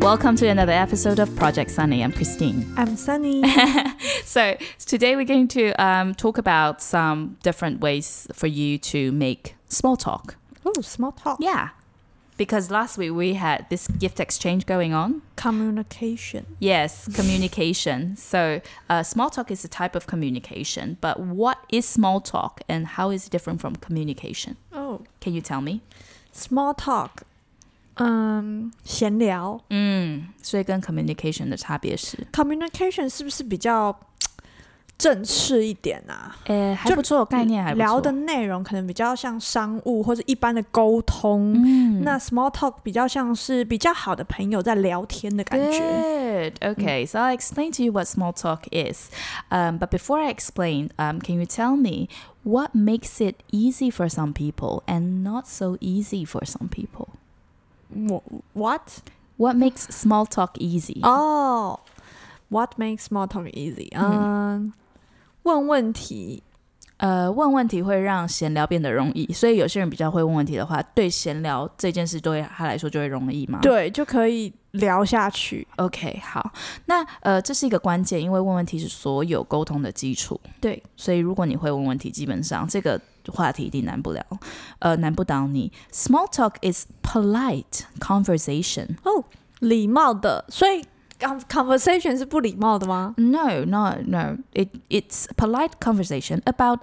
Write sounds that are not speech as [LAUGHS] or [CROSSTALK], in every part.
Welcome to another episode of Project Sunny. I'm Christine. I'm Sunny. [LAUGHS] So, today we're going to um, talk about some different ways for you to make small talk. oh, small talk. Yeah. Because last week we had this gift exchange going on. Communication. Yes, [LAUGHS] communication. so, uh, small talk is a type of communication, but what is small talk and how is it different from communication? Oh, Can you tell me? small talk. 嗯，闲聊。嗯，Mm. 所以跟 communication 的差别是， Communication 是不是比较正式一点啊？呃，还不错，概念还不错。聊的内容可能比较像商务或者一般的沟通。嗯那 small talk 比较像是比较好的朋友在聊天的感觉。 Good. Okay, so I'll explain to you what small talk is. Um, but before I explain, um, can you tell me what makes it easy for some people and not so easy for some people? 嗯 What? What makes small talk easy? 哦、w h a t makes small talk easy？嗯问问题呃，问问题会让闲聊变得容易，所以有些人比较会问问题的话，对闲聊这件事对他来说就会容易嘛？对就可以聊下去。 OK，好，那呃，这是一个关键，因为问问题是所有沟通的基础，对，所以如果你会问问题，基本上这个话题一定难不了，呃，难不倒你。Small talk is polite conversation. 哦礼貌的，所以 con- conversation 是不礼貌的吗？ No, no, no. It it's polite conversation about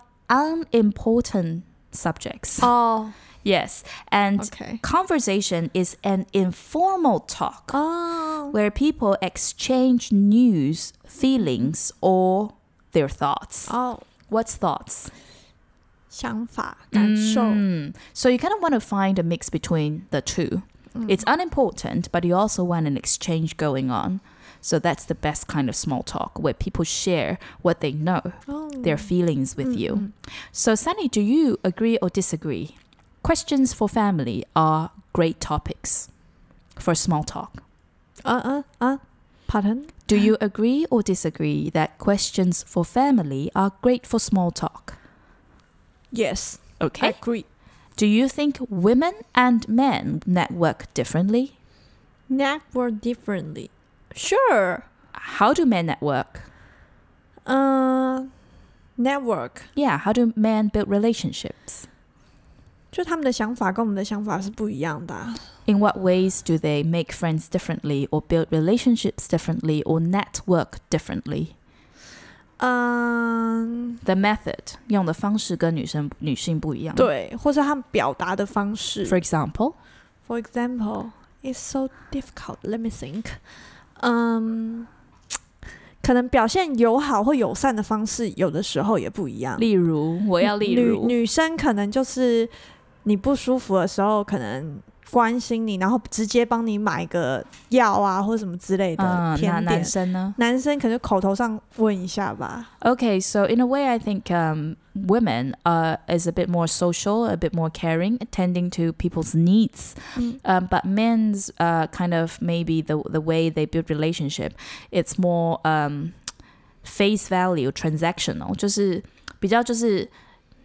unimportant subjects. 哦、 [LAUGHS] Yes, and o k conversation is an informal talk. 哦 where people exchange news, feelings, or their thoughts. 哦， What's thoughts? 想法感受， Mm. So you kind of want to find a mix between the two. It's unimportant, but you also want an exchange going on. So that's the best kind of small talk where people share what they know, 哦 their feelings with you. So, Sunny, do you agree or disagree? Questions for family are great topics for small talk. 嗯嗯嗯，pardon， Do [LAUGHS] you agree or disagree that questions for family are great for small talk? Yes, Okay. I agree. Do you think women and men network differently? Network differently. Sure. How do men network? 嗯、n e t w o r k Yeah, how do men build relationships? 就他们的想法跟我们的想法是不一样的啊、 In what ways do they make friends differently or build relationships differently or network differently? 嗯， The method 用的方式跟女生女性不一样。对，或者他们表达的方式。 For example, For example, it's so difficult. Let me think. 嗯，可能表现友好或友善的方式，有的时候也不一样。例如我要例如 [LAUGHS] 女女生可能就是你不舒服的时候，可能关心你，然后直接帮你买个药啊，或什么之类的甜点。嗯，那男生呢？男生可能就口头上问一下吧。 Okay, so in a way, I think um, women uh, is a bit more social, a bit more caring, attending to people's needs. 嗯 Um, but men's uh, kind of maybe the the way they build relationship, it's more um, face value transactional，就是比较就是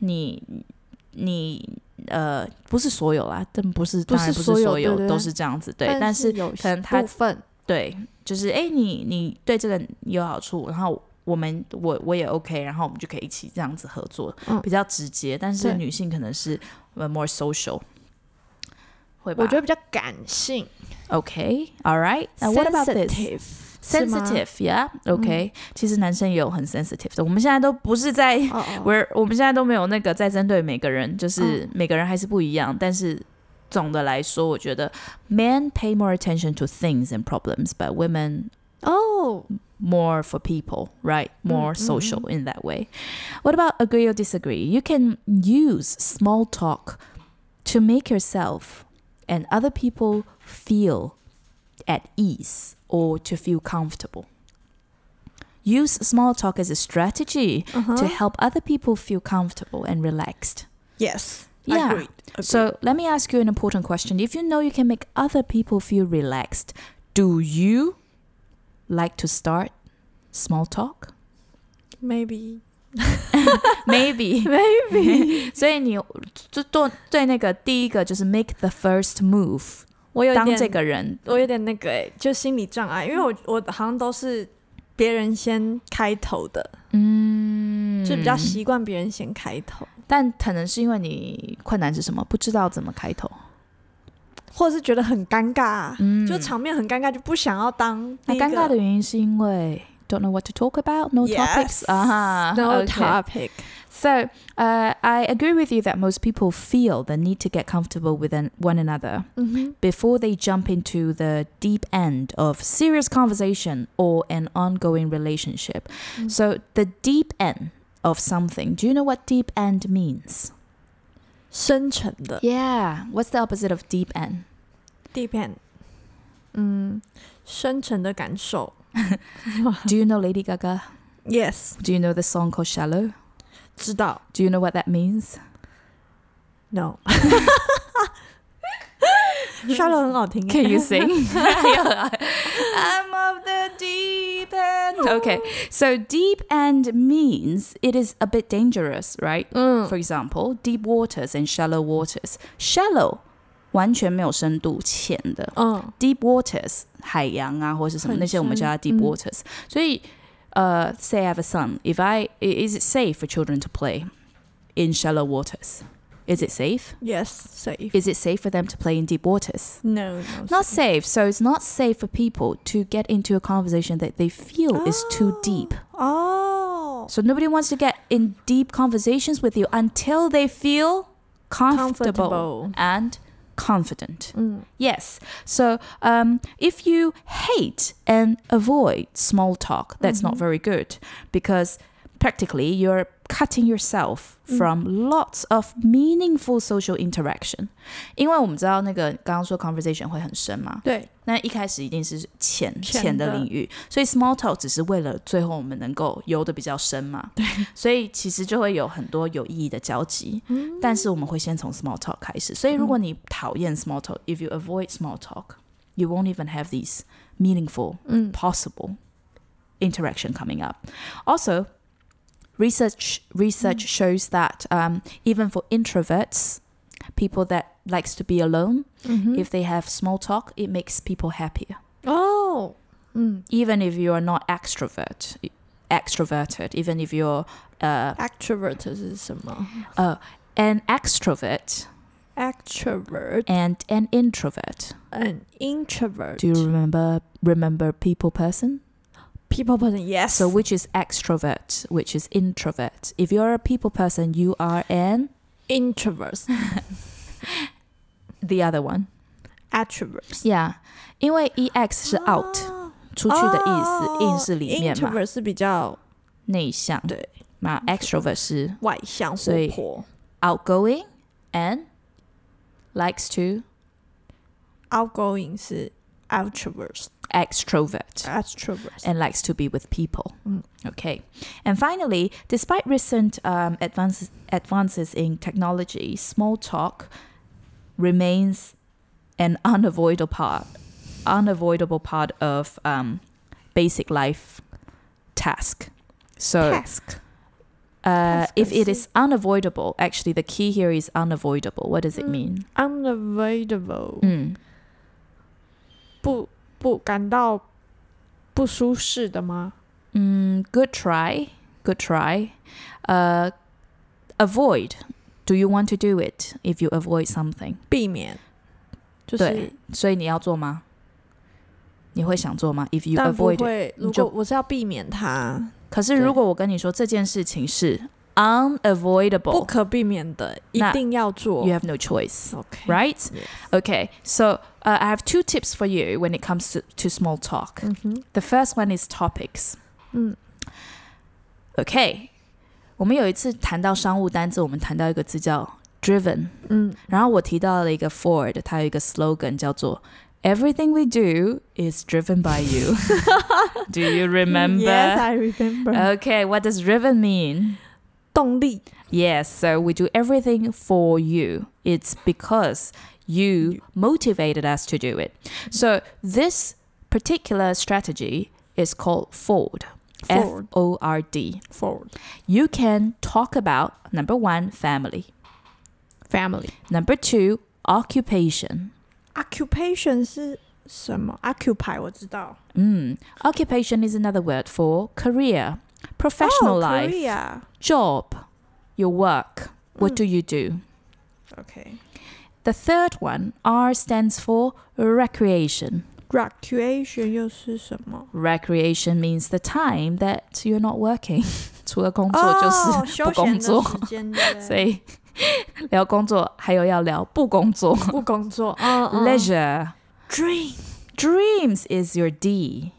你你呃不是所有啦，但不是不是当然不是所有所有对对对都是这样子，对，但但是有可能他部分对，就是哎、诶你你对这个有好处，然后我们我我也 OK，然后我们就可以一起这样子合作，嗯比较直接。但是对女性可能是呃 more social，会吧？我觉得比较感性。 OK，all、right。那 what about this？Mm-hmm. Sensitive 是吗 sensitive，yeah，OK、其实男生也有很 sensitive 的，我们现在都不是 [LAUGHS] 在，哦哦我、我们现在都没有那个在针对每个人，就是每个人还是不一样。但是总的来说，我觉得 men pay more attention to things and problems, but women 哦 more for people, right? More mm, social in that way. What about agree or disagree? You can use small talk to make yourself and other people feel at ease or to feel comfortable. Use small talk as a strategy to help other people feel comfortable and relaxed. Yes. Yeah. Agreed. Agreed. So let me ask you an important question. If you know you can make other people feel relaxed, do you like to start small talk? maybe [LAUGHS] [LAUGHS] Maybe. maybe 所以你就做对那个第一个就是 make the first move 我有一当点这个人我有点那个哎、就心理障碍，因嗯为我我好像都是别人先开头的，嗯，就比较习惯别人先开头，但可能是因为你困难是什么，不知道怎么开头。或者是觉得很尴尬、啊嗯就场面很尴尬，就不想要当那第一个尴尬的原因是因为 don't know what to talk about, no topics Yes. 啊哈 no okay. topic， So, uh, I agree with you that most people feel the need to get comfortable with an- one another 嗯哼 before they jump into the deep end of serious conversation or an ongoing relationship. Mm. So, the deep end of something. Do you know what deep end means? 深沉的 Yeah. What's the opposite of deep end? deep end，嗯，深沉的感受 Do you know Lady Gaga? ，yes， Do you know the song called Shallow? 知道 Do you know what that means? [LAUGHS] ，no，沙漏很好听欸， Can you sing? I'm of the deep end. Okay, so deep end means it is a bit dangerous, right? [LAUGHS] 嗯 For example, deep waters and shallow waters. Shallow 完全没有深度，浅的。嗯 Deep waters 海洋啊，或是什么那些，我们叫它 deep 嗯。 waters. 所以，呃、uh, say I have a son, if I i- is it safe for children to play in shallow waters? Is it safe? ，yes，safe。 Is it safe for them to play in deep waters? No, not safe. So it's not safe for people to get into a conversation that they feel is too deep. Oh, So nobody wants to get in deep conversations with you until they feel comfortable, Comfortable. and confident. 嗯 Yes. So um, if you hate and avoid small talk, that's not Mhm. very good because practically you're cutting yourself Mm. from lots of meaningful social interaction. 因为我们知道那个刚刚说 conversation 会很深嘛，对，那一开始一定是浅浅浅的的领域，所以 small talk 只是为了最后我们能够游得比较深嘛。 [LAUGHS] 对，所以其实就会有很多有意义的交集，嗯但是我们会先从 small talk 开始。所以如果你讨厌 small talk，if you avoid small talk，you won't even have these meaningful 嗯 possible interaction coming up. Also, research research shows that um, even for introverts, people that likes to be alone, 嗯哼 if they have small talk, it makes people happier. 哦，嗯 Even if you are not extrovert, extroverted, even if you're uh, ，extrovert 是什么 uh, an extrovert ？extrovert and an introvert. and introvert. Do you remember remember people person? people person? Yes. So which is extrovert, which is introvert. If you're a people person, you are an [LAUGHS] introverts, the other one. extroverts. Ah. Yeah. 因为 ex 是 out、哦出去的意思，in Oh. 是里面嘛 introvert 是比较内向，对，那 extrovert 是外向所活以泼 outgoing and likes to ，outgoing 是 extroverts, extrovert。 extroverts. and likes to be with people. Mm. Okay. And finally, despite recent um, advances, advances in technology, small talk remains an unavoidable part, unavoidable part of um, basic life task. So, Task. uh, Task, if I it see. is unavoidable, actually, the key here is unavoidable. What does it Mm. mean? unavoidable，、 Mm. 不不感到不舒适的吗？ Mm, good try. Good try. Uh, avoid. Do you want to do it if you avoid something? 避免，就是对，所以你要做吗？你会想做吗？If you 但不 avoid，it 会。你如就果我是要避免它，可是如果我跟你说这件事情是不 unavoidable，可避免的，一那定要做 you。have no choice, OK， right? Yes. Okay, so uh, I have two tips for you when it comes to, to small talk. 嗯哼， The first one is topics. 嗯 Okay，我们有一次谈到商务单字，我们谈到一个字叫 driven。嗯然后我提到了一个 Ford，它有一个 slogan 叫做 "Everything we do is driven by you." [LAUGHS] do you [LAUGHS] remember? Uh Yes, I 嗯 remember. Okay, what does driven mean? 动力 Yes, so we do everything for you. It's because you motivated us to do it. So this particular strategy is called Ford. F Ford O R D. forward You can talk about number one, family. family Number two, occupation. occupation 是什么？occupy 我知道哦 Mm. Occupation is another word for career, professional Oh, life, career. job, your work. What Mm. do you do? Okay. The third one, R stands for recreation. Recreation 又是什么？ Recreation means the time that you're not working. [LAUGHS] 哦，休闲的除了工作就是不工作，时间，对不对 [LAUGHS] [LAUGHS] 所以聊工作还有要聊不工作。不工作。嗯嗯 Leisure. dream Dreams is your D.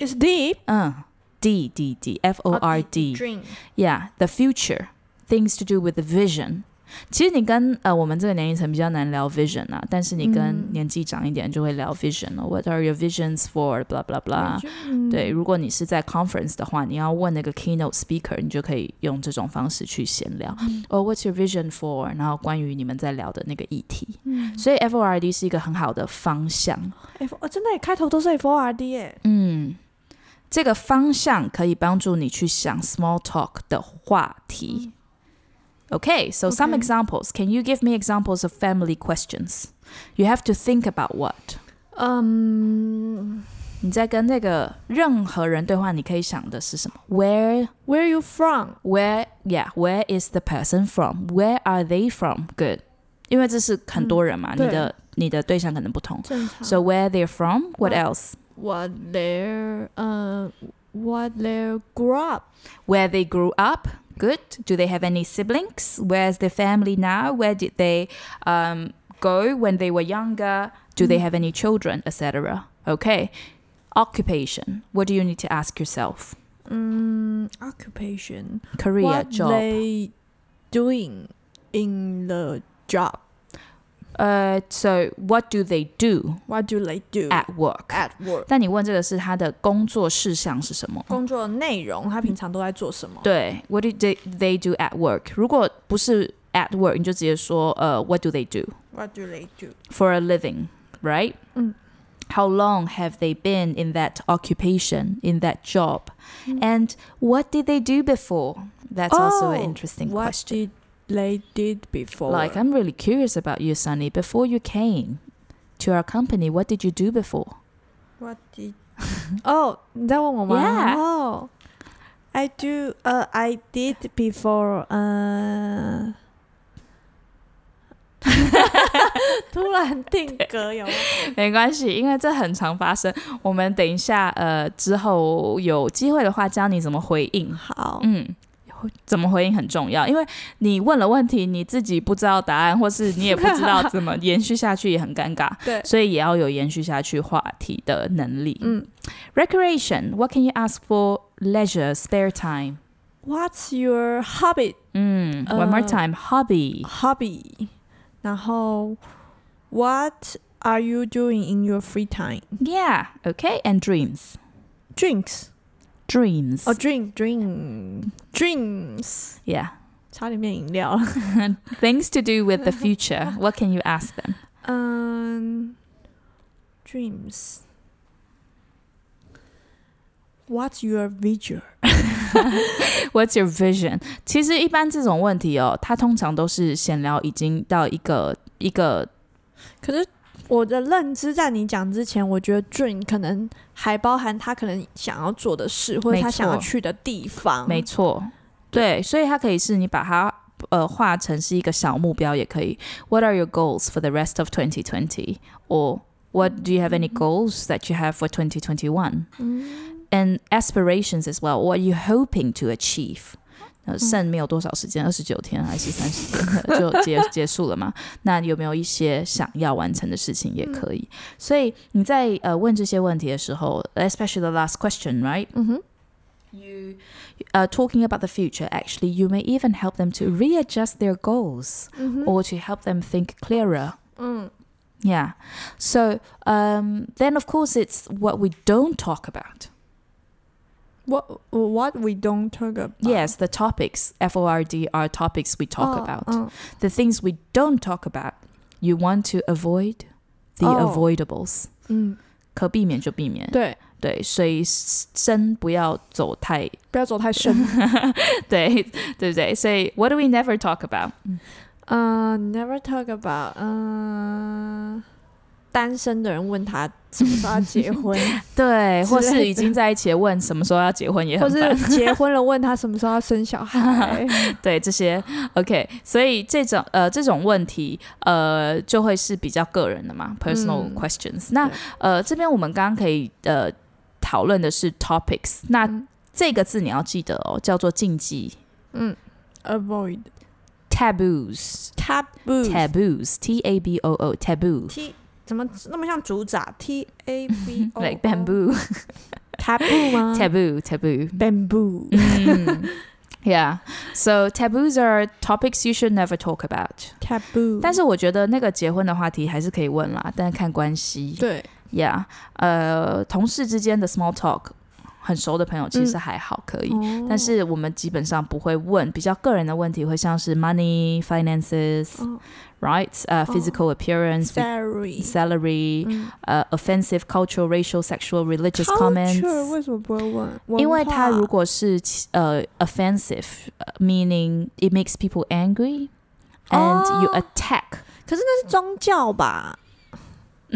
is deep. 嗯 D D D F O R Oh, D. dream Yeah, the future, things to do with the vision. 其实你跟呃我们这个年龄层比较难聊 vision 啊，但是你跟嗯年纪长一点就会聊 vision 了、What are your visions for? blah blah blah。嗯对，如果你是在 conference 的话，你要问那个 keynote speaker，你就可以用这种方式去闲聊。Hmm. 哦、oh,，What's your vision for？然后关于你们在聊的那个议题，嗯所以 FORD 是一个很好的方向。 F 哦，真的耶开头都是 F O R D 耶。嗯，这个方向可以帮助你去想 small talk 的话题。Okay, so some Okay. examples. Can you give me examples of family questions? You have to think about what. 嗯你在跟那个任何人对话，你可以想的是什么？Where, ，Where you from？ where, yeah, where is the person from? Where are they from? Good. 因为这是很多人嘛，对你的你的对象可能不同。正常。 So where they're from? What Wow. else? what their 嗯 what their grew up？ where they grew up. Good. Do they have any siblings? Where's their family now? Where did they um, go when they were younger? Do Mm-hmm. they have any children, etc.? Okay. Occupation. What do you need to ask yourself? 嗯，occupation。 Career, What job. they doing in the job? Uh, so, what do they do What do they do at work? at work？但你问这个是他的工作事项是什么？工作内容，他平常都在做什么？对，What do they they do at work？如果不是 at work，你就直接说呃、w h a t do they do？ What do they do? for a living, right? Mm. How long have they been in that occupation, in that job? And what did they do before? That's also an Oh, interesting What question. did they did before? Like, I'm really curious about you, Sunny. Before you came to our company, what did you do before? What did? [LAUGHS] Oh, 哦，你在问我吗 Yeah. 哦 I do. 呃、i did before. uh, [LAUGHS] [LAUGHS] 呃、突然定格有吗 [LAUGHS] [LAUGHS] 没关系，因为这很常发生。我们等一下，呃，之后有机会的话，教你怎么回应。好，嗯，怎么回应很重要，因为你问了问题，你自己不知道答案，或是你也不知道怎么延续下去，也很尴尬。 [LAUGHS] 对，所以也要有延续下去话题的能力。嗯 Recreation, what can you ask for leisure, spare time? ，What's your hobby? 嗯、o n e more 呃 time, hobby. Hobby，然后 What are you doing in your free time? Yeah, okay, and dreams. Drinks. Dreams. 哦、drink, drink, drinks， Yeah. 差点变饮料了。 Things to do with the [LAUGHS] future. What can you ask them? 嗯，dreams. What's your vision? What's your vision? 其实一般这种问题哦，它通常都是闲聊已经到一个一个可是我的认知，在你讲之前，我觉得 dream 可能还包含他可能想要做的事，或者他没错想要去的地方。没错，对，所以它可以是你把它呃化成是一个小目标，也可以。What are your goals for the rest of 2020? Or what do you have any goals that you have for 2021? 嗯 And aspirations as well. What are you hoping to achieve? 呃，剩没有多少时间，二十九天还是三十天就结 [LAUGHS] 结束了嘛？那有没有一些想要完成的事情也可以？所以你在呃问这些问题的时候，especially the last question, right? 嗯哼， you uh, talking about the future actually you may even help them to readjust their goals 嗯哼， or to help them think clearer 嗯 yeah so um, then of course it's what we don't talk about ，What What we don't talk about? yes the topics ford are topics we talk 哦 about 嗯 the things we don't talk about you want to avoid the Oh. avoidables 嗯，可避免就避免，对，对，所以深不要走太 [LAUGHS] 不要走太 [LAUGHS] 深。对，对不对？所以 what do we never talk about？呃 Uh, never talk about. Uh, 单身的人问他什么时候要结婚，对，或之类是的已经在一起的问什么时候要结婚也或很是烦，结婚了问他什么时候要生小 [LAUGHS] 孩。嗯对这些 OK，所以这种呃这种问题呃就会是比较个人的嘛，personal 嗯 questions。那呃这边我们刚刚可以呃讨论的是 topics，那嗯这个字你要记得哦，叫做禁忌嗯，avoid taboos taboo taboos t a b o o taboo t 怎么那么像竹筏 t a b o like [LAUGHS] bamboo [LAUGHS] taboo 吗 taboo taboo [LAUGHS] bamboo 嗯 Mm. yeah. So taboos are topics you should never talk about. taboo，但是我觉得那个结婚的话题还是可以问啦，但是看关系。对 Yeah，呃，同事之间的 small talk，很熟的朋友其实还好，可以。哦但是我们基本上不会问比较个人的问题，会像是 money、finances、哦 right、呃、physical appearance、 salary salary、嗯呃、offensive cultural、racial、sexual、religious comments。 Culture 为什么不会问？因为它如文化果是其呃 offensive，呃 meaning it makes people angry and you 哦 attack。可是那是宗教吧？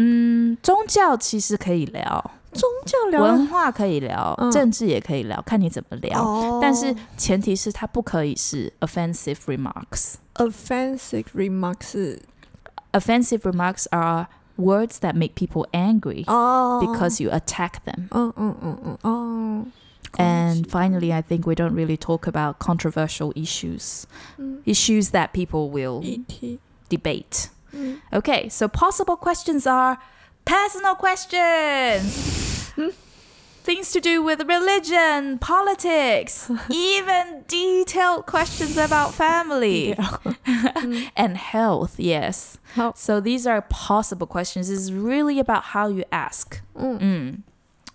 嗯，宗教其实可以聊，宗教聊文化可以聊，嗯政治也可以聊，看你怎么聊。哦但是前提是它不可以是 offensive remarks。 offensive remarks 是 Offensive remarks are words that make people angry 哦 because you attack them. 嗯嗯嗯嗯哦。 And finally, I think we don't really talk about controversial issues, 嗯 issues that people will ，ET debate. 嗯 Okay, so possible questions are personal questions. Things to do with religion, politics, even detailed questions about family [LAUGHS] and health, yes. Health. So these are possible questions. It's really about how you ask. 嗯嗯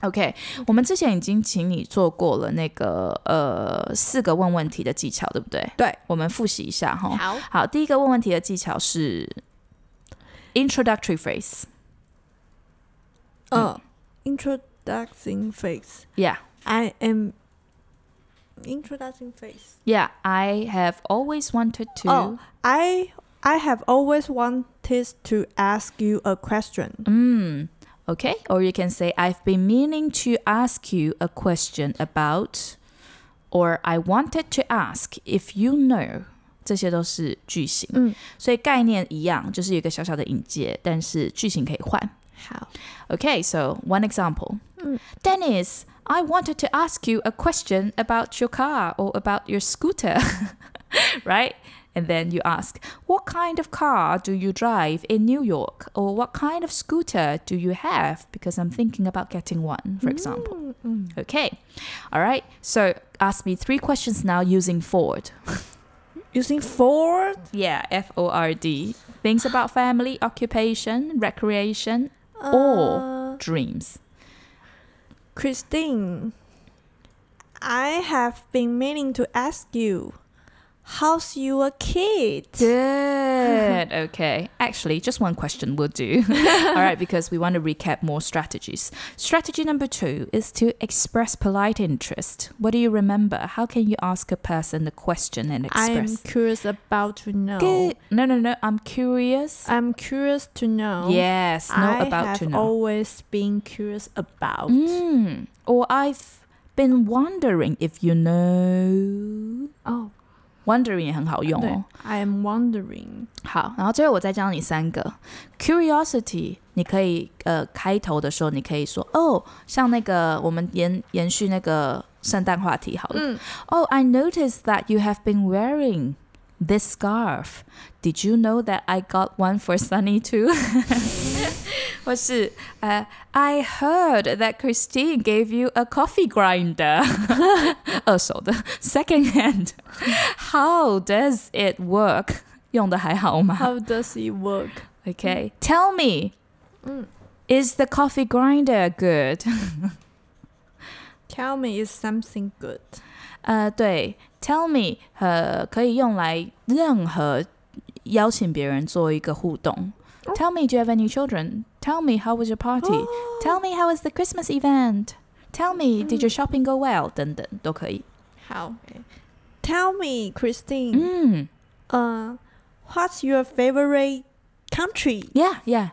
，OK，我们之前已经请你做过了那个呃四个问问题的技巧，对不对？对，我们复习一下哈。好好，第一个问问题的技巧是 introductory phrase。嗯，introducing face Yeah, I am introducing face yeah. I have always wanted to. 哦 I I have always wanted to ask you a question Mm, okay. Or you can say I've been meaning to ask you a question about, or I wanted to ask if you know. 这些都是句型，嗯，所以概念一样，就是有一个小小的引介，但是句型可以换。好 Okay, so one example. Dennis, I wanted to ask you a question about your car or about your scooter, [LAUGHS] right? And then you ask, what kind of car do you drive in New York? Or what kind of scooter do you have? Because I'm thinking about getting one, for example. 嗯嗯 Okay. All right. So ask me three questions now using Ford. using Ford Yeah, F O R D. Things about family, occupation, recreation, Or- 呃 dreams. Christine, I have been meaning to ask you, how's your kid? Good. [LAUGHS] Okay. Actually, just one question will do. All right, because we want to recap more strategies. Strategy number two is to express polite interest. What do you remember? How can you ask a person a question and I'm express? curious about to know. Good. No, no, no. I'm curious. I'm curious to know. yes. No, I about have to know. always been curious about. Mm, or I've been wondering if you know. Oh, Wondering 也很好用哦。对，I am wondering. 好，然后最后我再教你三个 curiosity，你可以呃开头的时候你可以说哦，像那个我们延延续那个圣诞话题好了。 [LAUGHS] 嗯， Oh, I noticed that you have been wearing this scarf. Did you know that I got one for Sunny too? [LAUGHS] 或是呃、i heard that Christine gave you a coffee grinder. [LAUGHS] 二手的 second hand. How does it work? 用的还好吗 How does it work? Mm. ？Okay, tell me. 嗯 Is the coffee grinder good? Tell me is something good. 呃，对，Tell me，呃，可以用来任何邀请别人做一个互动。Tell me, do you have any children? Tell me, how was your 哦 party? Oh. Tell me, how was the Christmas event? Tell me, did your shopping go well? 等等都可以。好，Tell me, Christine. 嗯嗯、uh,，What's your favorite country? ，Yeah, yeah.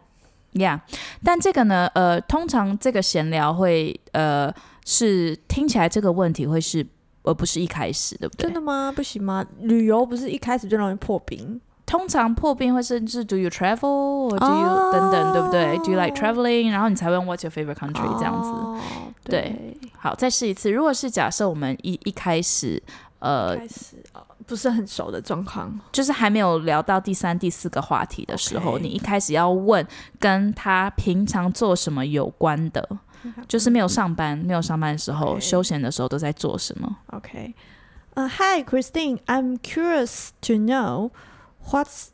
Yeah，但这个呢，呃，通常这个闲聊会，呃，是听起来这个问题会是，而不是一开始，对不对真？的吗？不行吗？旅游不是一开始最容易破冰？通常破冰会甚至 Do you travel or do you、等等，对不对？Do you like 哦 traveling？然后你才问 What's your favorite country、这样子。哦对，好，再试一次。如果是假设我们一一开始，呃，开始哦不是很熟的状况。就是还没有聊到第三、第四个话题的时候 OK 你一开始要问跟他平常做什么有关的， [LAUGHS] 就是没有上班，没有上班的时候嗯 OK 休闲的时候都在做什么。 Okay. Uh, hi, Christine. I'm curious to know what's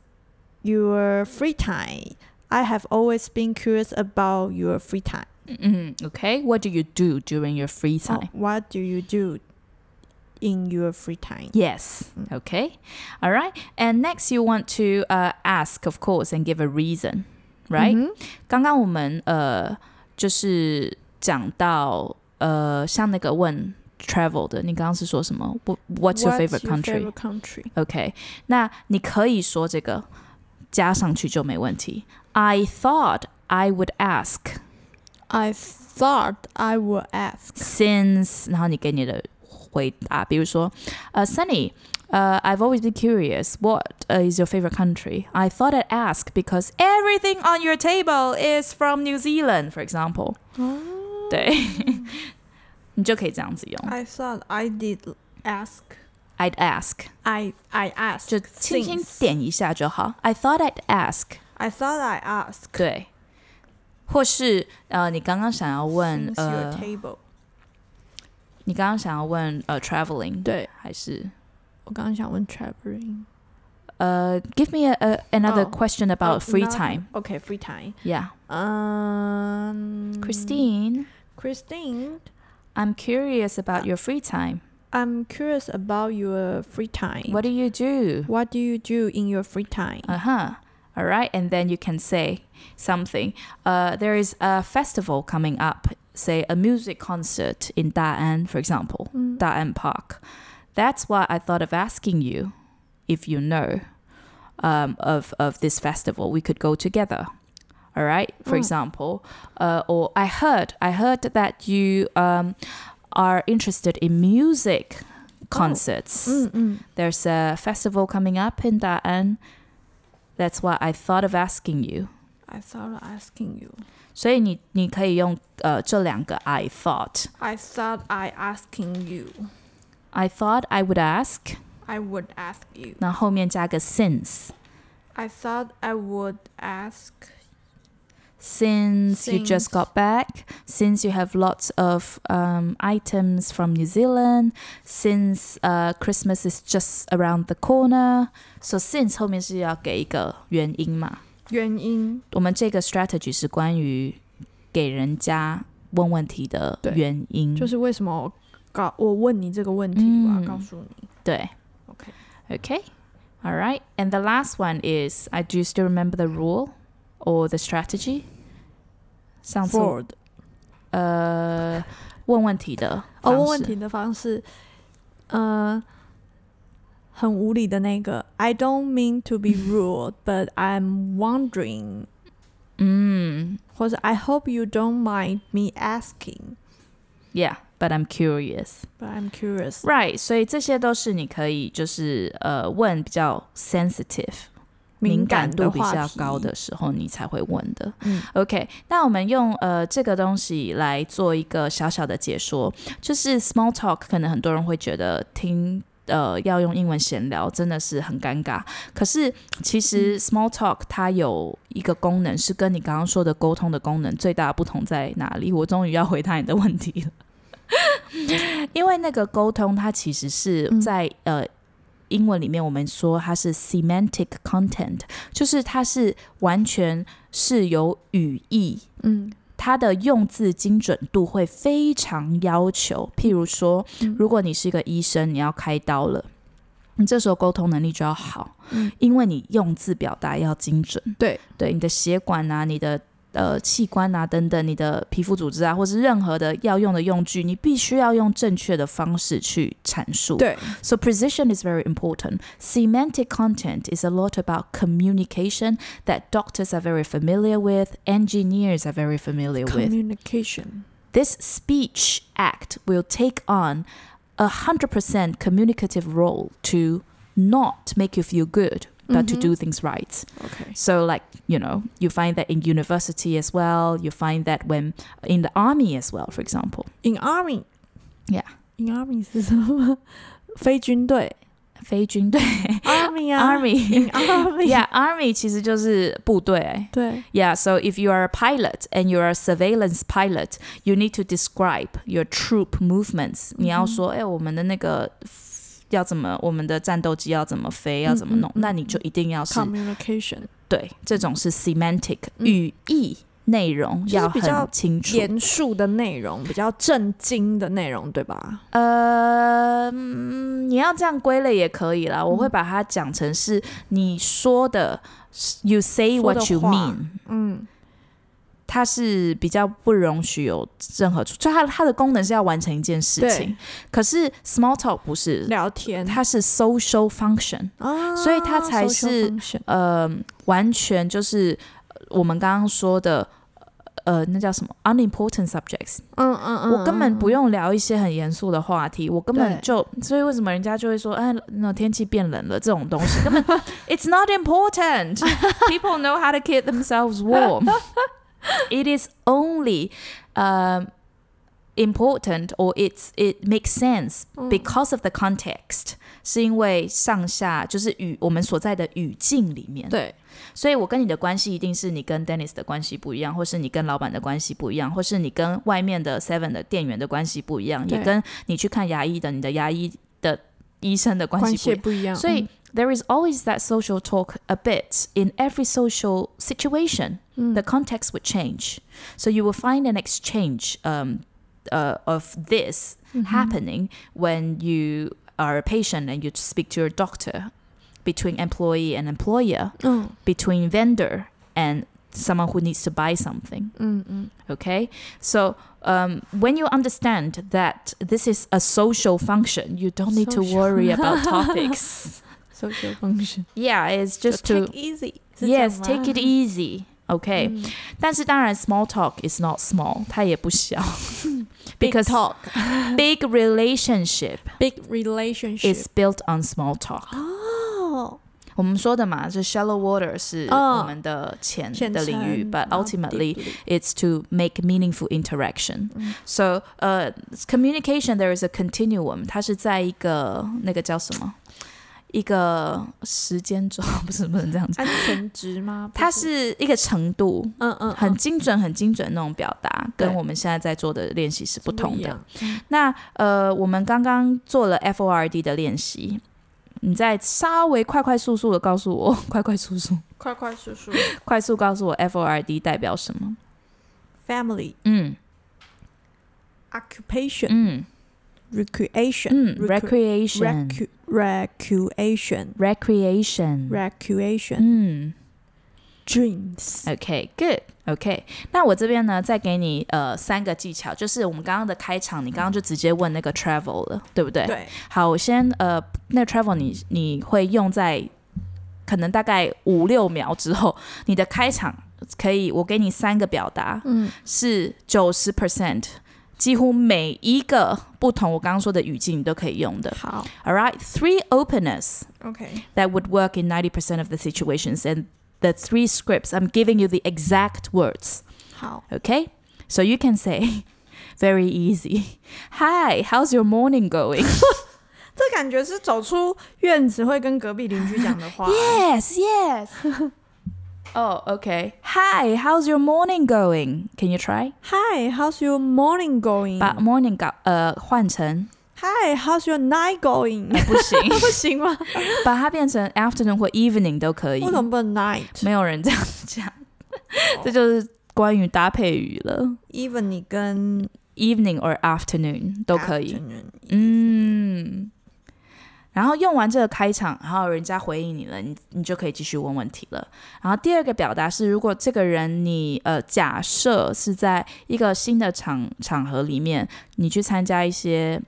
your free time. I have always been curious about your free time. 嗯，OK，What、do you do during your free Oh, time？ what do you do in your free time? Yes. Okay. All right. And next, you want to uh, ask, of course, and give a reason, right? 刚刚我们呃，就是讲到呃，像那个问 travel 的，你刚刚是说什么？Wh-？What's your favorite country? favorite country? OK，那你可以说这个加上去就没问题。I thought I would ask I thought I would ask. since，然后你给你的回答，比如说，呃、s u n n y 呃、i v e always been curious. What、is your favorite country? I thought I'd ask because everything on your table is from New Zealand, for example. 对， [LAUGHS] 你就可以这样子用。Oh, I thought I did ask. I'd ask， I I asked. 就轻轻 since 点一下就好。I thought I'd ask， I thought I asked. 对。或是呃，你刚刚想要问 since your 呃， table. 你刚刚想要问呃，traveling 对，还是我刚刚想问 traveling。呃，give Uh, me a, a another 哦 question about Oh, free now- time. Okay, free time. Yeah, Um, Christine, Christine, I'm curious about your free time. I'm curious about your free time. What do you do? What do you do in your free time? Uh huh. All right, and then you can say something. Uh, there is a festival coming up, say a music concert in Da'an, for example, Mm, Da'an Park. That's why I thought of asking you if you know um, of, of this festival. We could go together. All right, for Mm. example, uh, or I heard I heard that you um, are interested in music concerts. 嗯嗯 There's a festival coming up in Da'an. That's why I thought of asking you. I thought of asking you. 所以你你可以用呃这两个 I thought. I thought I asking you. I thought I would ask， I would ask you. 然后后面加个 since。 I thought I would ask. Since, you just Since. got back, since you have lots of um, items from New Zealand, since uh, Christmas is just around the corner, so since 后面是要给一个原因嘛？原因我们这个 strategy 是关于给人家问问题的对原因，嗯。就是为什么我告我问你这个问题，我要告诉你。Okay. 对，OK。All right, and the last one is I do you still remember the rule or the strategy. 上次 Forward. 呃问问题的哦，问方问式题的方式，呃，很无理的那个。I don't mean to [LAUGHS] be rude, but I'm wondering，嗯或者 I hope you don't mind me asking, ，Yeah, but I'm curious. but I'm curious。 Right，所以这些都是你可以就是呃问比较 sensitive 敏感的度比较话题高，的时候，你才会问的。嗯 OK，那我们用呃这个东西来做一个小小的解说，就是 small talk，可能很多人会觉得听。呃，要用英文闲聊真的是很尴尬。可是其实 small talk 它有一个功能是跟你刚刚说的沟通的功能最大的不同在哪里？我终于要回答你的问题了， [LAUGHS] 因为那个沟通它其实是嗯在、呃英文里面我们说它是 semantic content，就是它是完全是有语义，嗯，它的用字精准度会非常要求。譬如说，嗯如果你是一个医生，你要开刀了，你这时候沟通能力就要好，嗯因为你用字表达要精准。对对，你的血管啊，你的。呃器官啊等等，你的皮肤组织啊，或是任何的要用的用具，你必须要用正确的方式去阐述。对 So precision is very important. Semantic content is a lot about communication that doctors are very familiar with, engineers are very familiar with. communication This speech act will take on a 100% communicative role to not make you feel good, but to Mhm. do things right. okay So, like, you know, you find that in university as well, you find that when in the army as well, for example. in army Yeah. in army 是什么？ [LAUGHS] 非军队 [LAUGHS] 飞军队 army 啊 army in [LAUGHS] army yeah army 其实就是部队。对 Yeah, so if you are a pilot and you are a surveillance pilot, you need to describe your troop movements. 嗯哼。你要说，哎，我们的那个要怎么，我们的战斗机要怎么飞，要怎么弄，嗯，嗯，嗯，那你就一定要是 communication 对，这种是 semantic 嗯。语义内容就是要很比较清楚。严肃的内容，比较震惊的内容，对吧？呃，嗯你要这样归类也可以啦。我会把它讲成是你说的，you say 说的 what you 话 mean，嗯，它是比较不容许有任何出，就它它的功能是要完成一件事对情。，可是 small talk 不是，聊天，它是 social function，啊，所以它才 social 是 function 呃，完全就是呃我们刚刚说的。呃，那叫什么？unimportant subjects，、嗯嗯嗯，我根本不嗯用聊一些很严肃的话题，我根本对就，所以为什么人家就会说，哎，那天气变冷了这种东西，根本 [LAUGHS] it's not important. People know how to keep themselves warm. It is only um, important or it's it makes sense 嗯 because of the context，、是因为上下就是语我们所在的语境里面。对所以我跟你的关系一定是你跟 Dennis 的关系不一样，或是你跟老板的关系不一样，或是你跟外面的 Seven 的店员的关系不一样，对也跟你去看牙医的你的牙医的医生的关关系不一样。系不一样，所以 there is always that social talk a bit in every social situation. 嗯 The context would change, so you will find an exchange um, uh, of this 嗯 happening when you are a patient and you speak to your doctor between employee and employer 嗯 between vendor and someone who needs to buy something 嗯嗯 okay so um, when you understand that this is a social function you don't need to Social. worry [LAUGHS] about topics ，social function yeah it's just to take easy，是这样 yes take it 吗 easy okay 嗯但是当然 small talk is not small 它也不小 [LAUGHS] Big because talk [LAUGHS] big relationship big relationship is built on small talk 哦，我们说的嘛，就 shallow water 哦。是我们的浅的领域，浅层 but 然后 ultimately deeply it's to make meaningful interaction. 嗯 So, uh, communication there is a continuum. 它是在一个那个叫什么？一个时间轴，不是不能这样讲。安全值 [LAUGHS] 吗？不它是一个程度，嗯嗯很嗯精准、很精准那种表达，跟对我们现在在做的练习是不同一的。样，嗯那呃，我们刚刚做了 FORD 的练习，你再稍微快快速速的告诉我， [LAUGHS] 快快速速，快快速速快速告诉我 FORD 代表什么？ family 嗯 [LAUGHS] occupation 嗯 recreation 嗯 recre- ，recreation。 recu- recreation recreation. recreation 嗯 dreams ，OK, good, OK。那我这边呢，再给你呃三个技巧，就是我们刚刚的开场，你刚刚就直接问那个 travel 了，对不对？对好，我先呃，那 travel 你你会用在可能大概五六秒之后，你的开场可以，我给你三个表达嗯是九十 percent。几乎每一个不同我刚刚说的语境，你都可以用的。好 All right, three openers. OK that would work in 90% of the situations. And the three scripts, I'm giving you the exact words, 好 okay? So you can say, [LAUGHS] very easy, Hi, how's your morning going? 这感觉是走出院子会跟隔壁邻居讲的 [LAUGHS] 话 yes, yes. oh, okay. Hi, how's your morning going? Can you try? Hi how's your morning going But morning, uh, go- 呃，换成 Hi how's your night [LAUGHS] going 不行， [LAUGHS] 不行吗？把它变成 afternoon 或 evening 都可以。为什么不能 night 没有人这样讲， [LAUGHS] 这就是关于搭配语了。 even 你跟 evening or afternoon 都可以。 afternoon 嗯，然后用完这个开场，然后人家回应你了，你你就可以继续问问题了。然后第二个表达是，如果这个人你呃假设是在一个新的场场合里面，你去参加一些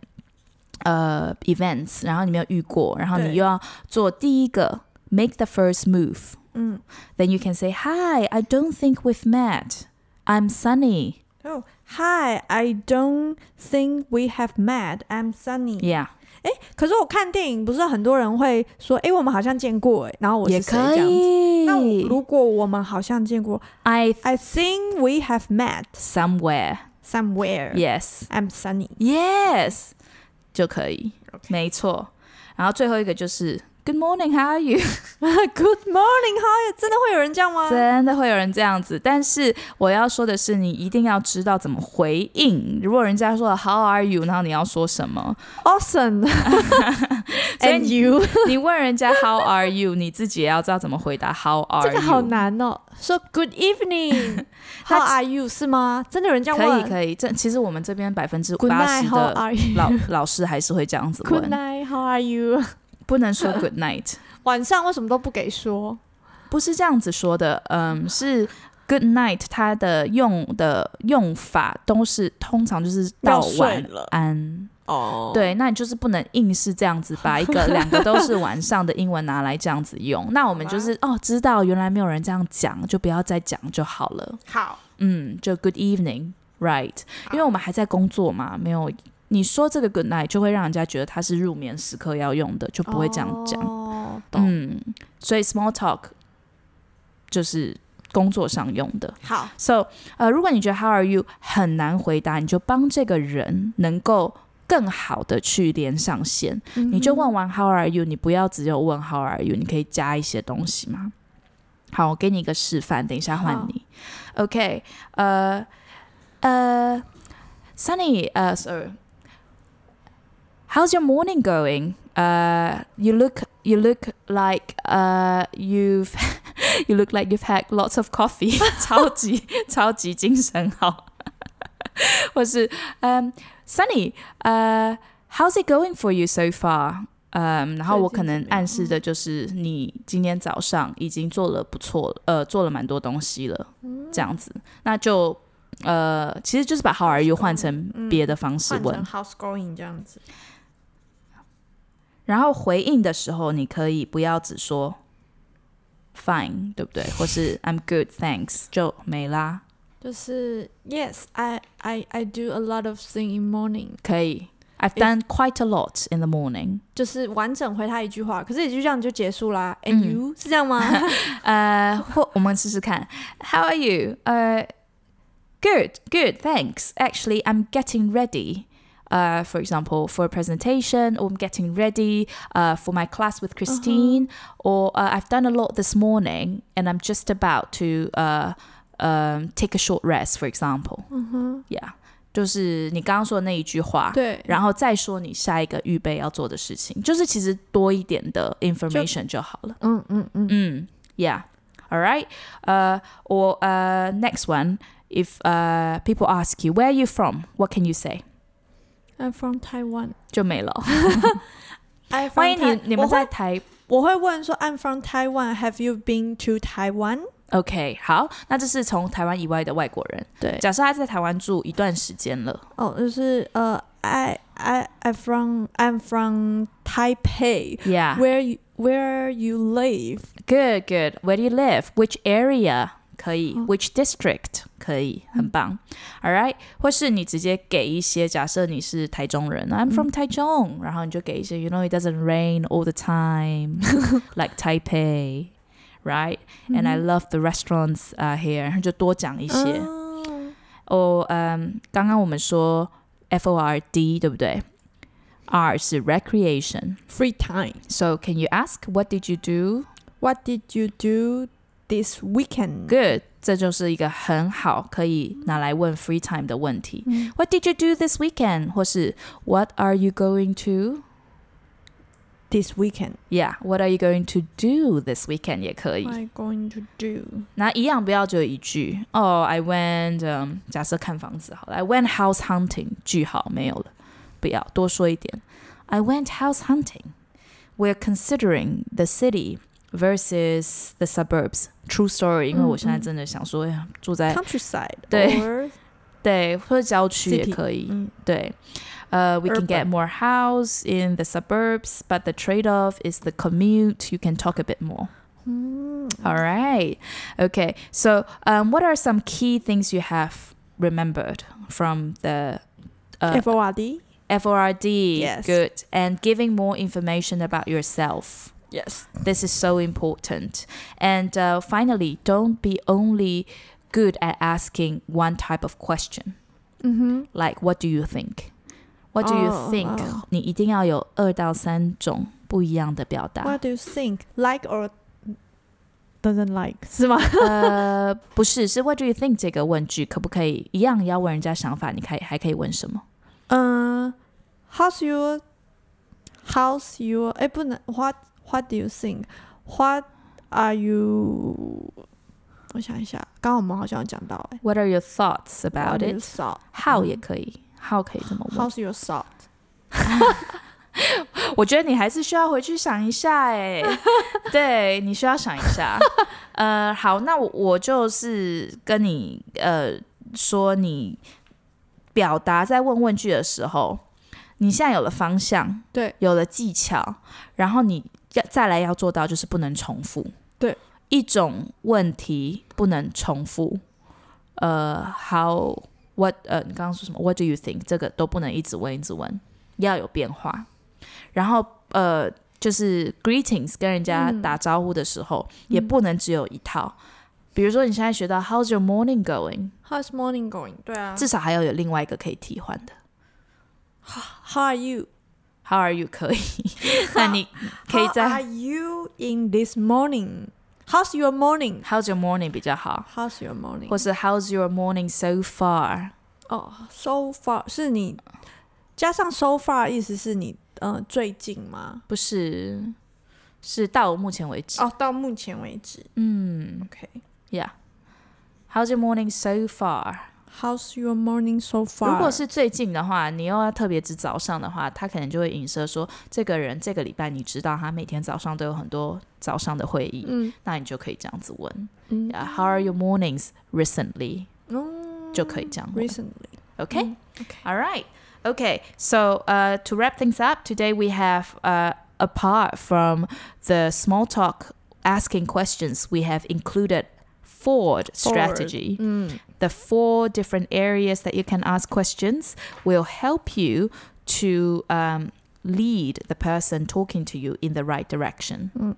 呃 events，然后你没有遇过，然后你对又要做第一个 make the first move，嗯 then you can say hi. I don't think we've met. I'm Sunny. Oh, hi. I don't think we have met. I'm Sunny. Yeah，可是我看电影不是很多人会说，诶，我们好像见过、诶然后我也是谁可这样子。那我以。如果我们好像见过 I ，I think we have met somewhere. somewhere. Yes. I'm Sunny. [LAUGHS] Yes，就可以。没错。然后最后一个就是 Good morning, how are you？ Good morning, how are you? 真的会有人这样吗？真的会有人这样子，但是我要说的是，你一定要知道怎么回应。如果人家说 How are you，然后你要说什 [LAUGHS] 么？ Awesome. [LAUGHS] 所以 And 你 you? 你问人家 How are you，你自己也要知道怎么回答 How are 这 you。个好难哦。说 Good [LAUGHS] evening, how are you 是吗？真的有人这样可问以可以，这其实我们这边百分之 Good 八 night, 十 how 的 are [LAUGHS] you? 老老师还是会这样子 Good 问， night, how are you? 不能说 good night，晚上为什么都不给说？不是这样子说的，嗯，是 good night，它的用的用法都是通常就是到要睡晚了安，哦，对，那你就是不能硬是这样子把一个两个都是晚上的英文拿来这样子用，那我们就是哦，知道原来没有人这样讲，就不要再讲就好了。好，嗯，就 Good evening，right？因为我们还在工作嘛，没有你说这个 Good night 就会让人家觉得它是入眠时刻要用的，就不会这样讲。哦，懂。嗯，所以 small talk 就是工作上用的。好， So，呃，如果你觉得 How are you 很难回答，你就帮这个人能够更好的去连上线。嗯你就问完 How are you，你不要只有问 How are you，你可以加一些东西嘛。好，我给你一个示范，等一下换好你。OK，呃呃，Sunny，呃，sorry，How's your morning going？呃、y o u look you look like 呃、you've [LAUGHS] you look like you've had lots of coffee，超 [LAUGHS] 级 [LAUGHS] 超级精神好。 [LAUGHS] 或是嗯、s u n n y 呃、h o w s it going for you so far？嗯、然后我可能暗示的就是你今天早上已经做了不错，呃，做了蛮多东西了，嗯这样子，那就呃，其实就是把 How are you 换成别的方式嗯换问成，house going 这样子。然后回应的时候，你可以不要只说 fine，对不对？或是 I'm good, thanks，就没啦，就是 Yes, I I I do a lot of things in morning，可以。I've done quite a lot in the morning。就是完整回他一句话，可是也就这样就结束啦。And 嗯 you 是这样 [LAUGHS] 吗？呃，或 Uh, 我们试试看。How are you? 呃、good, good, thanks. Actually, I'm getting ready. Uh, for example, for a presentation, or I'm getting ready uh, for my class with Christine, or uh, I've done a lot this morning and I'm just about to uh, um, take a short rest, for example. 嗯哼， Yeah. 就是你刚刚说的那一句话，对，然后再说你下一个预备要做的事情，就是其实多一点的 information 就好了。嗯嗯嗯， Mm, yeah. All right. Uh, or uh, next one, if uh, people ask you, where are you from? What can you say? I'm from Taiwan. [LAUGHS] 就没了。 I from 欢迎你- Tai- 我会你们在台-我会问说 I'm from Taiwan. Have you been to Taiwan？ OK，好，那这是从台湾以外的外国人。对假设他在台湾住一段时间了。哦，就是呃，I I I from I'm from Taipei. Yeah. Where you, where you live? Good, good. Where do you live? Which area? 可以。Which district? 可以，很棒。All right. 或是你直接给一些，假设你是台中人，I'm from Taichung，然后你就给一些，you know it doesn't rain all the time like Taipei, right? And I love the restaurants uh, here，就多讲一些。Uh。哦哦，嗯，刚刚我们说 F O R D 对不对？R 是 recreation。 Free time. So can you ask what did you do? What did you do this weekend? Good，这就是一个很好可以拿来问 free time 的问题。What did you do this weekend？或是 What are you going to？ This weekend. Yeah, what are you going to do this weekend 也可以 What。I going to do? 那一样不要只有一句哦、i went，嗯、假设看房子好了，I went house hunting，句号没有了，不要多说一点。I went house hunting， we're considering the city versus the suburbs. True story，因为我现在真的想说，哎呀，住在 countryside Uh, 对 [LAUGHS] or Mm. 对或者郊区也 City，可以，嗯对。Uh, we can get Urban. more house in the suburbs, but the trade-off is the commute. You can talk a bit more. All right. Okay. So, um, what are some key things you have remembered from the uh, FORD. FORD? Yes. Good. And giving more information about yourself. Yes. This is so important. And uh, finally, don't be only good at asking one type of question, Mm-hmm. like what do you think? What do you Oh, think? oh. 你一定要有二到三种不一样的表达。 What do you think? Like or doesn't like? [LAUGHS] 是吗？ [LAUGHS] 呃，不是，是 What do you think 这个问句可不可以一样要问人家想法？你可以还可以问什么？ Uh, how's your how's your 哎，不能 what what do you think? What are you 我想一下，刚刚我们好像有讲到哎、欸、 What are your thoughts about you it? thought? How 也可以，How 可以这么问？ How's your thought? 我觉得你还是需要回去想一下，哎，对你需要想一下。呃，好，那我我就是跟你呃说，你表达在问问句的时候，你现在有了方向，对，有了技巧，然后你要再来要做到就是不能重复，对，一种问题不能重复，呃，how what 呃，你刚刚说什么？What do you think？这个都不能一直问一直问，要有变化，然后呃。就是 greetings 跟人家嗯打招呼的时候，嗯也不能只有一套。比如说你现在学到 How's your morning going，、 How's morning going? 对啊。至少还要有另外一个可以替换的。 How are you? How are you 可以， [LAUGHS] 那你可以 How 在 are you in this morning? How's your morning? How's your morning 比较好， How's your morning? 或是 How's your morning so far？哦，so far 是你加上 so far 意思是你呃最近吗？不是，是到我目前为止。哦，到目前为止嗯，OK，How's、 ，Yeah，How's your morning so far？ your morning so far？如果是最近的话，你又要特别指早上的话，他可能就会影射说，这个人这个礼拜你知道他每天早上都有很多早上的会议，嗯那你就可以这样子问、嗯 Yeah, How are your mornings recently？嗯就可以这样问。 recently OK， OK All right. Okay. So uh, to wrap things up, today we have, uh, apart from the small talk asking questions, we have included Ford strategy. 嗯 The four different areas that you can ask questions will help you to um, lead the person talking to you in the right direction. 嗯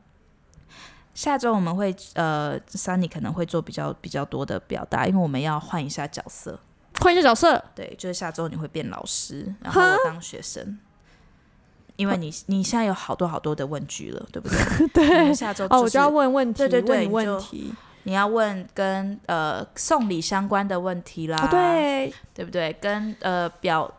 下周我们会呃，Sunny 可能会做比较比较多的表达，因为我们要换一下角色。换一下角色对，就是下周你会变老师，然后我当学生，因为你你现在有好多好多的问句了，对不对？因为 [LAUGHS] 对。下周、哦，我就要问问题，对对对你问你就问题你要问跟呃送礼相关的问题啦，哦，对，对不对？跟呃表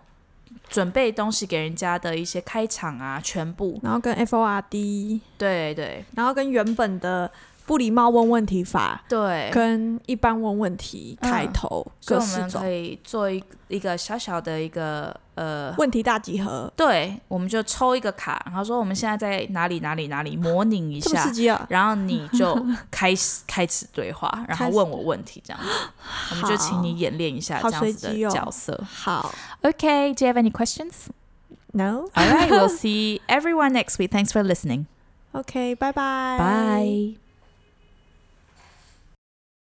准备东西给人家的一些开场啊，全部然后跟 FORD，对对然后跟原本的不礼貌问问题法，对，跟一般问问题嗯开头所以各我四们种可以做一一个小小的一个呃问题大集合，对，我们就抽一个卡，然后说我们现在在哪里哪里哪里模拟一这么下刺，激啊！然后你 [LAUGHS] 就开始开始对话，然后开始问我问题，这样子，我们就请你演练一下好这样子好随机的哦角色。好 Okay, do you have any questions? ，No， [LAUGHS] All right, we'll see everyone next week. Thanks for listening. OK，拜拜， Bye.